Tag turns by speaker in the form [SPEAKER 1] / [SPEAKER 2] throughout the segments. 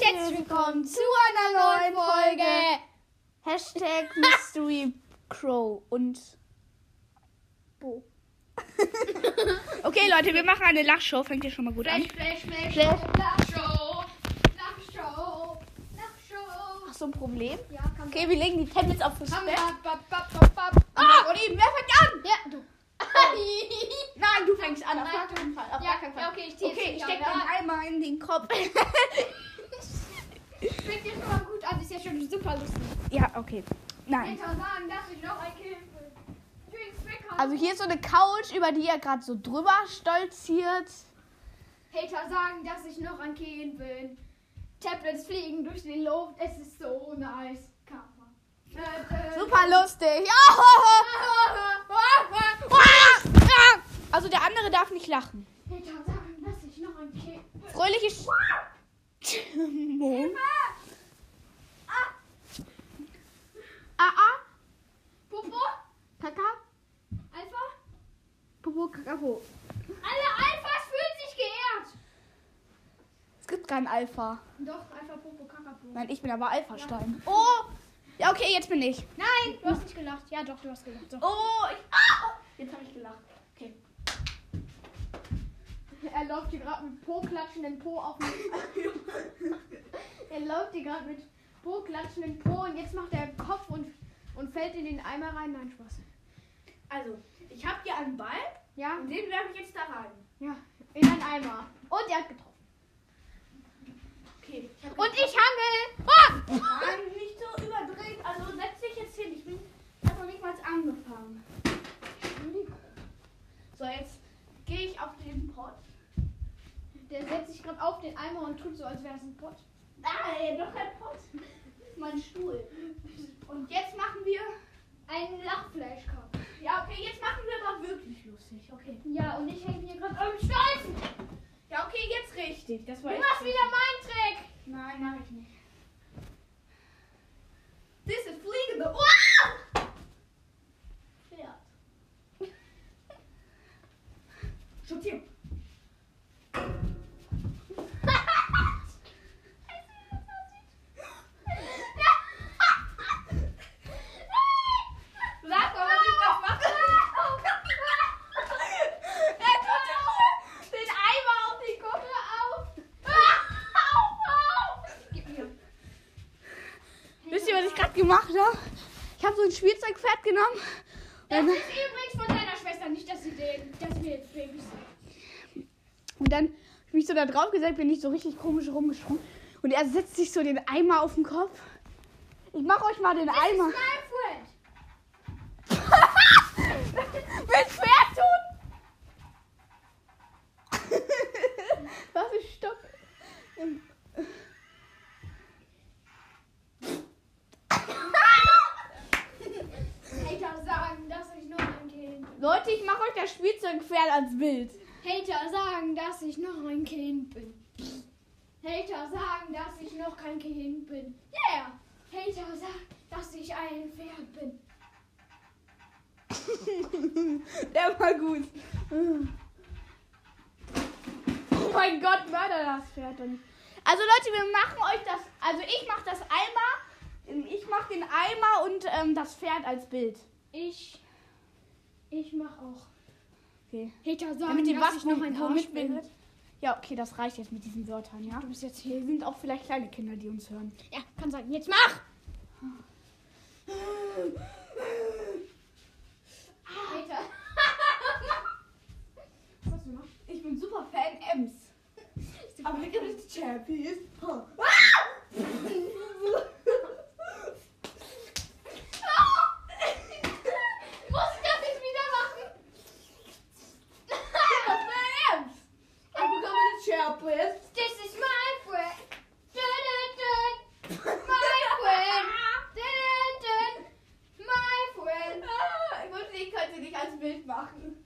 [SPEAKER 1] willkommen zu einer neuen Folge. Hashtag Mystery Crow und Bo.
[SPEAKER 2] Okay, Leute, wir machen eine Lachshow. Fängt ja schon mal gut an.
[SPEAKER 3] Flash, flash, flash,
[SPEAKER 1] Flash.
[SPEAKER 3] Nachshow, Nachshow, Nachshow.
[SPEAKER 1] Hast du ein Problem?
[SPEAKER 3] Ja, komm.
[SPEAKER 1] Okay, wir legen die Tablets auf den
[SPEAKER 3] Komm,
[SPEAKER 1] Bett.
[SPEAKER 3] bap, bap, bap, bap, bap.
[SPEAKER 1] Ah! Und eben, wer fängt an?
[SPEAKER 3] Ja, du.
[SPEAKER 1] Nein, du fängst an. Auf
[SPEAKER 3] Nein.
[SPEAKER 1] gar keinen Fall. Auf
[SPEAKER 3] Ja,
[SPEAKER 1] gar keinen Fall.
[SPEAKER 3] ja, okay, ich zieh jetzt
[SPEAKER 1] Okay, ich
[SPEAKER 3] nicht an,
[SPEAKER 1] steck
[SPEAKER 3] ja.
[SPEAKER 1] den einmal in den Kopf.
[SPEAKER 3] Fängt ja schon mal gut an, ist ja schon super lustig.
[SPEAKER 2] Ja, okay. Nein.
[SPEAKER 3] Hinter sagen, dass ich noch ein Kind bin. Drinks weghauen.
[SPEAKER 1] Also hier ist so eine Couch, über die er gerade so drüber stolziert.
[SPEAKER 3] Hater sagen, dass ich noch ein Kind bin. Tablets fliegen durch die Luft, es ist so nice. Kamera. Äh, äh,
[SPEAKER 1] Super lustig. Ah! Also der andere darf nicht lachen.
[SPEAKER 3] Hater sagen, dass ich noch ein Kind bin.
[SPEAKER 1] Fröhliche Stimmung. Ah, ah.
[SPEAKER 3] Popo,
[SPEAKER 1] Kaka.
[SPEAKER 3] Alpha,
[SPEAKER 1] Popo, Kaka, Po.
[SPEAKER 3] alle Alphas fühlen sich geehrt.
[SPEAKER 1] Es gibt keinen Alpha.
[SPEAKER 3] Doch, einfach Popo Kakapo.
[SPEAKER 1] Nein, ich bin aber Alpha-Stein. Oh. Ja, okay, jetzt bin ich.
[SPEAKER 3] Nein, du hast nicht gelacht. Ja, doch, du hast gelacht. So.
[SPEAKER 1] Oh, ich...
[SPEAKER 3] Jetzt habe ich gelacht. Okay. Er läuft hier gerade mit Po-klatschenden Po auf mich. er läuft hier gerade mit Po-klatschenden Po und jetzt macht er Kopf und, und fällt in den Eimer rein. Nein, Spaß.
[SPEAKER 4] Also, ich habe hier einen Ball
[SPEAKER 3] Ja,
[SPEAKER 4] und den werfe ich jetzt da rein.
[SPEAKER 3] ja, in einen Eimer. Und er hat getroffen.
[SPEAKER 4] Okay, ich habe
[SPEAKER 3] Und ich hangel. Ah!
[SPEAKER 4] nicht so überdreht. Also setz dich jetzt hin. Ich bin ich hab noch nicht mal angefangen. So, jetzt gehe ich auf den Pott.
[SPEAKER 3] Der setzt sich gerade auf den Eimer und tut so, als wäre es ein Pott.
[SPEAKER 4] Nein, doch kein Pott. Mein Stuhl. Und jetzt machen wir.
[SPEAKER 3] Ein Lachfleischkopf.
[SPEAKER 4] Ja, okay, jetzt machen wir aber wirklich lustig. Okay.
[SPEAKER 3] Ja, und ich hänge hier gerade am Stolzen.
[SPEAKER 4] Ja, okay, jetzt richtig. Das war
[SPEAKER 3] Du
[SPEAKER 4] jetzt
[SPEAKER 3] machst
[SPEAKER 4] richtig.
[SPEAKER 3] wieder meinen Trick.
[SPEAKER 4] Nein, mache ich nicht.
[SPEAKER 3] Das ist fliegende. Wow!
[SPEAKER 4] Pferd. Schuttieren.
[SPEAKER 3] Sag mal, was ich noch mache. Er tut immer den Eimer auf die Kuppel auf. Auf, auf. Gib mir.
[SPEAKER 1] Wisst ihr, was ich gerade gemacht habe? Ich habe so ein Spielzeugpferd genommen.
[SPEAKER 3] Das ist übrigens von deiner Schwester, nicht, dass sie den, dass wir jetzt Babys sind.
[SPEAKER 1] Und dann habe ich mich so da drauf gesetzt, bin ich so richtig komisch rumgesprungen. Und er setzt sich so den Eimer auf den Kopf. Ich mach euch mal den Eimer.
[SPEAKER 3] Mein Freund.
[SPEAKER 1] Mit Pferd tun! Was ist Stopp?
[SPEAKER 3] Hater sagen, dass ich noch ein Kind bin.
[SPEAKER 1] Leute, ich mache euch das Spielzeugpferd als Bild.
[SPEAKER 3] Hater sagen, dass ich noch ein Kind bin. Hater sagen, dass ich noch kein Kind bin. Yeah! Hater sagen, dass ich ein Pferd bin.
[SPEAKER 1] Der war gut. Oh mein Gott, mörder das Pferd. Und also Leute, wir machen euch das. Also ich mache das Eimer. Ich mache den Eimer und ähm, das Pferd als Bild.
[SPEAKER 3] Ich. Ich mach auch.
[SPEAKER 1] Okay.
[SPEAKER 3] Hater sagen,
[SPEAKER 1] Damit ihr
[SPEAKER 3] dass
[SPEAKER 1] was
[SPEAKER 3] ich noch ein Arsch bin.
[SPEAKER 1] Ja, okay, das reicht jetzt mit diesen Wörtern, ja?
[SPEAKER 3] Du bist jetzt
[SPEAKER 1] Hier
[SPEAKER 3] hier.
[SPEAKER 1] sind auch vielleicht kleine Kinder, die uns hören.
[SPEAKER 3] Ja, kann sein. Jetzt mach! Hater.
[SPEAKER 4] Was hast du gemacht? Ich bin super Fan Ems. Aber wir können die Champions. Oh.
[SPEAKER 3] Muss ich das jetzt wieder machen?
[SPEAKER 4] Aber wir können die Champions.
[SPEAKER 3] This is my friend. Dun, dun, dun. My friend. Dun, dun, dun. My friend.
[SPEAKER 4] Ah, gut, ich könnte dich als Bild machen.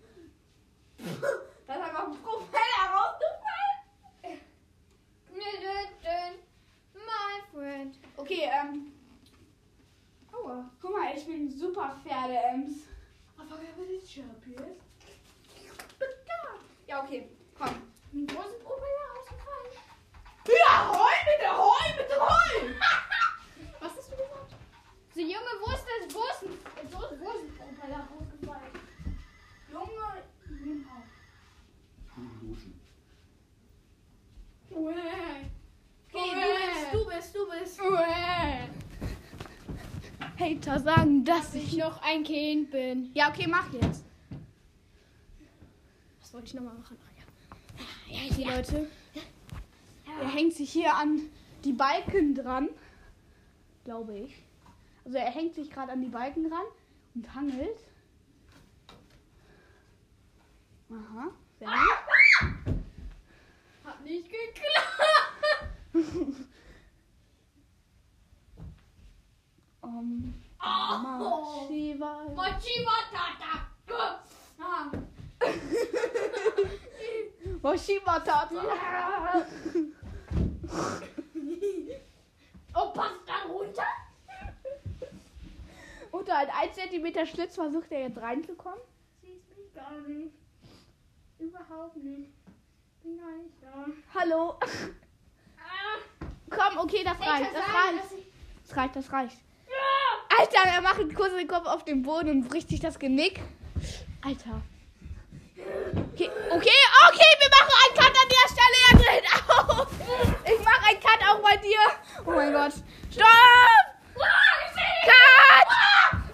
[SPEAKER 4] Das hat auf dem Profil herausgefallen.
[SPEAKER 3] Dun, dun, dun. My friend.
[SPEAKER 4] Okay, ähm,
[SPEAKER 3] Aua.
[SPEAKER 4] guck mal, ich bin super Pferde-Ems.
[SPEAKER 3] Aber wer
[SPEAKER 4] die Champions? Ja, okay, komm.
[SPEAKER 3] Ein großes Propeller ausgefallen.
[SPEAKER 4] Ja, heul bitte, heul bitte, heul! ist.
[SPEAKER 1] Hater sagen, dass
[SPEAKER 3] Dass
[SPEAKER 1] ich.
[SPEAKER 3] ich noch ein Kind bin.
[SPEAKER 1] Ja, okay, mach jetzt.
[SPEAKER 3] Was wollte ich nochmal machen?
[SPEAKER 1] Ah,
[SPEAKER 3] Ach ja.
[SPEAKER 1] Die Leute. Er hängt sich hier an die Balken dran. Glaube ich. Also er hängt sich gerade an die Balken ran und hangelt. Aha. Sehr gut.
[SPEAKER 3] Hat nicht geklappt.
[SPEAKER 1] Um, Shiva.
[SPEAKER 3] Mochi Watata. Ah. Ah.
[SPEAKER 1] Moshi-Matata.
[SPEAKER 3] Oh, passt da runter?
[SPEAKER 1] Unter einen 1 cm Schlitz versucht er jetzt reinzukommen.
[SPEAKER 3] Siehst mich gar nicht. Überhaupt nicht. Bin gar nicht da.
[SPEAKER 1] Hallo.
[SPEAKER 3] Ah.
[SPEAKER 1] Komm, okay, das reicht. Das reicht.
[SPEAKER 3] ich...
[SPEAKER 1] Das reicht, das reicht.
[SPEAKER 3] Ah.
[SPEAKER 1] Alter, er macht einen Kurs den Kopf auf den Boden und bricht sich das Genick. Alter. Okay, okay, okay, wir machen einen Cut an der Stelle. Er dreht auf. Ich mache einen Cut auch bei dir. Oh mein Gott. Stopp! Cut! Ah!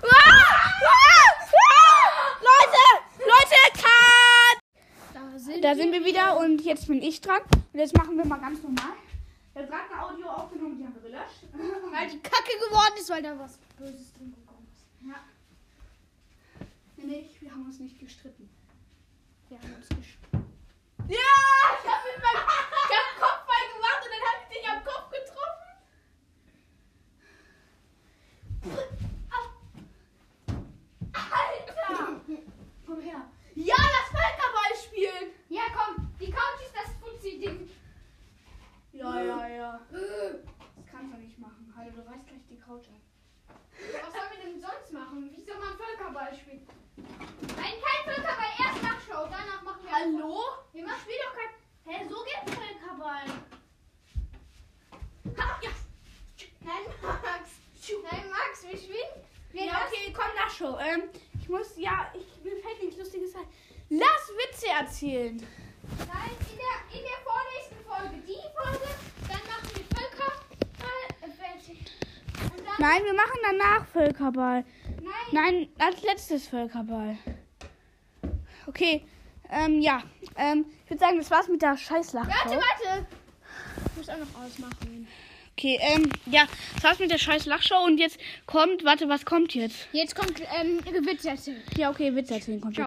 [SPEAKER 1] Ah! Ah! Leute, Leute, Cut!
[SPEAKER 3] Da sind
[SPEAKER 1] Da sind wir wieder und jetzt bin ich dran. Und jetzt machen wir mal ganz normal. Ich habe gerade ein Audio aufgenommen, die haben wir gelöscht.
[SPEAKER 3] weil die Kacke geworden ist, weil da was Böses drin gekommen ist.
[SPEAKER 1] Nämlich, wir haben uns nicht gestritten.
[SPEAKER 3] Wir haben uns gesch...
[SPEAKER 4] Ja, ich hab mit meinem ich hab Kopfball gemacht und dann hab ich dich am Kopf getroffen. Alter!
[SPEAKER 1] Komm her.
[SPEAKER 4] Ja, lass Völkerball spielen.
[SPEAKER 3] Ja, komm, die Couch ist das Fuzzi-Ding. Äh,
[SPEAKER 1] Ja, ja, ja. Das kannst du nicht machen. Hallo, du reißt gleich die Couch an.
[SPEAKER 3] Was soll man denn sonst machen? Wie soll man Völkerball spielen? Nein, kein Völkerball, erst Nachschau, danach machen wir...
[SPEAKER 4] Hallo?
[SPEAKER 3] Wir machen Spiel doch kein... Hä, so geht's Völkerball.
[SPEAKER 4] Ha, ja. Nein, Max.
[SPEAKER 3] Nein, Max, wir spielen... Wir
[SPEAKER 1] Ja, okay, komm, Nachshow. Ähm, ich muss, ja, ich, mir fällt nichts Lustiges ein. Lass Witze erzählen.
[SPEAKER 3] Nein, in der, in der vornächsten Folge, die Folge, dann machen wir Völkerball... Äh, welche? Und dann...
[SPEAKER 1] Nein, wir machen danach Völkerball.
[SPEAKER 3] Nein,
[SPEAKER 1] Nein, als letztes Völkerball. Okay, ähm, ja. Ähm, ich würde sagen, das war's mit der Scheißlachshow.
[SPEAKER 3] warte. Ich muss auch noch ausmachen.
[SPEAKER 1] Okay, ähm, ja, das war's mit der Scheißlachshow und jetzt kommt, warte, was kommt jetzt?
[SPEAKER 3] Jetzt kommt ähm, Witz erzählen.
[SPEAKER 1] Ja, okay, Witze erzählen kommt jetzt.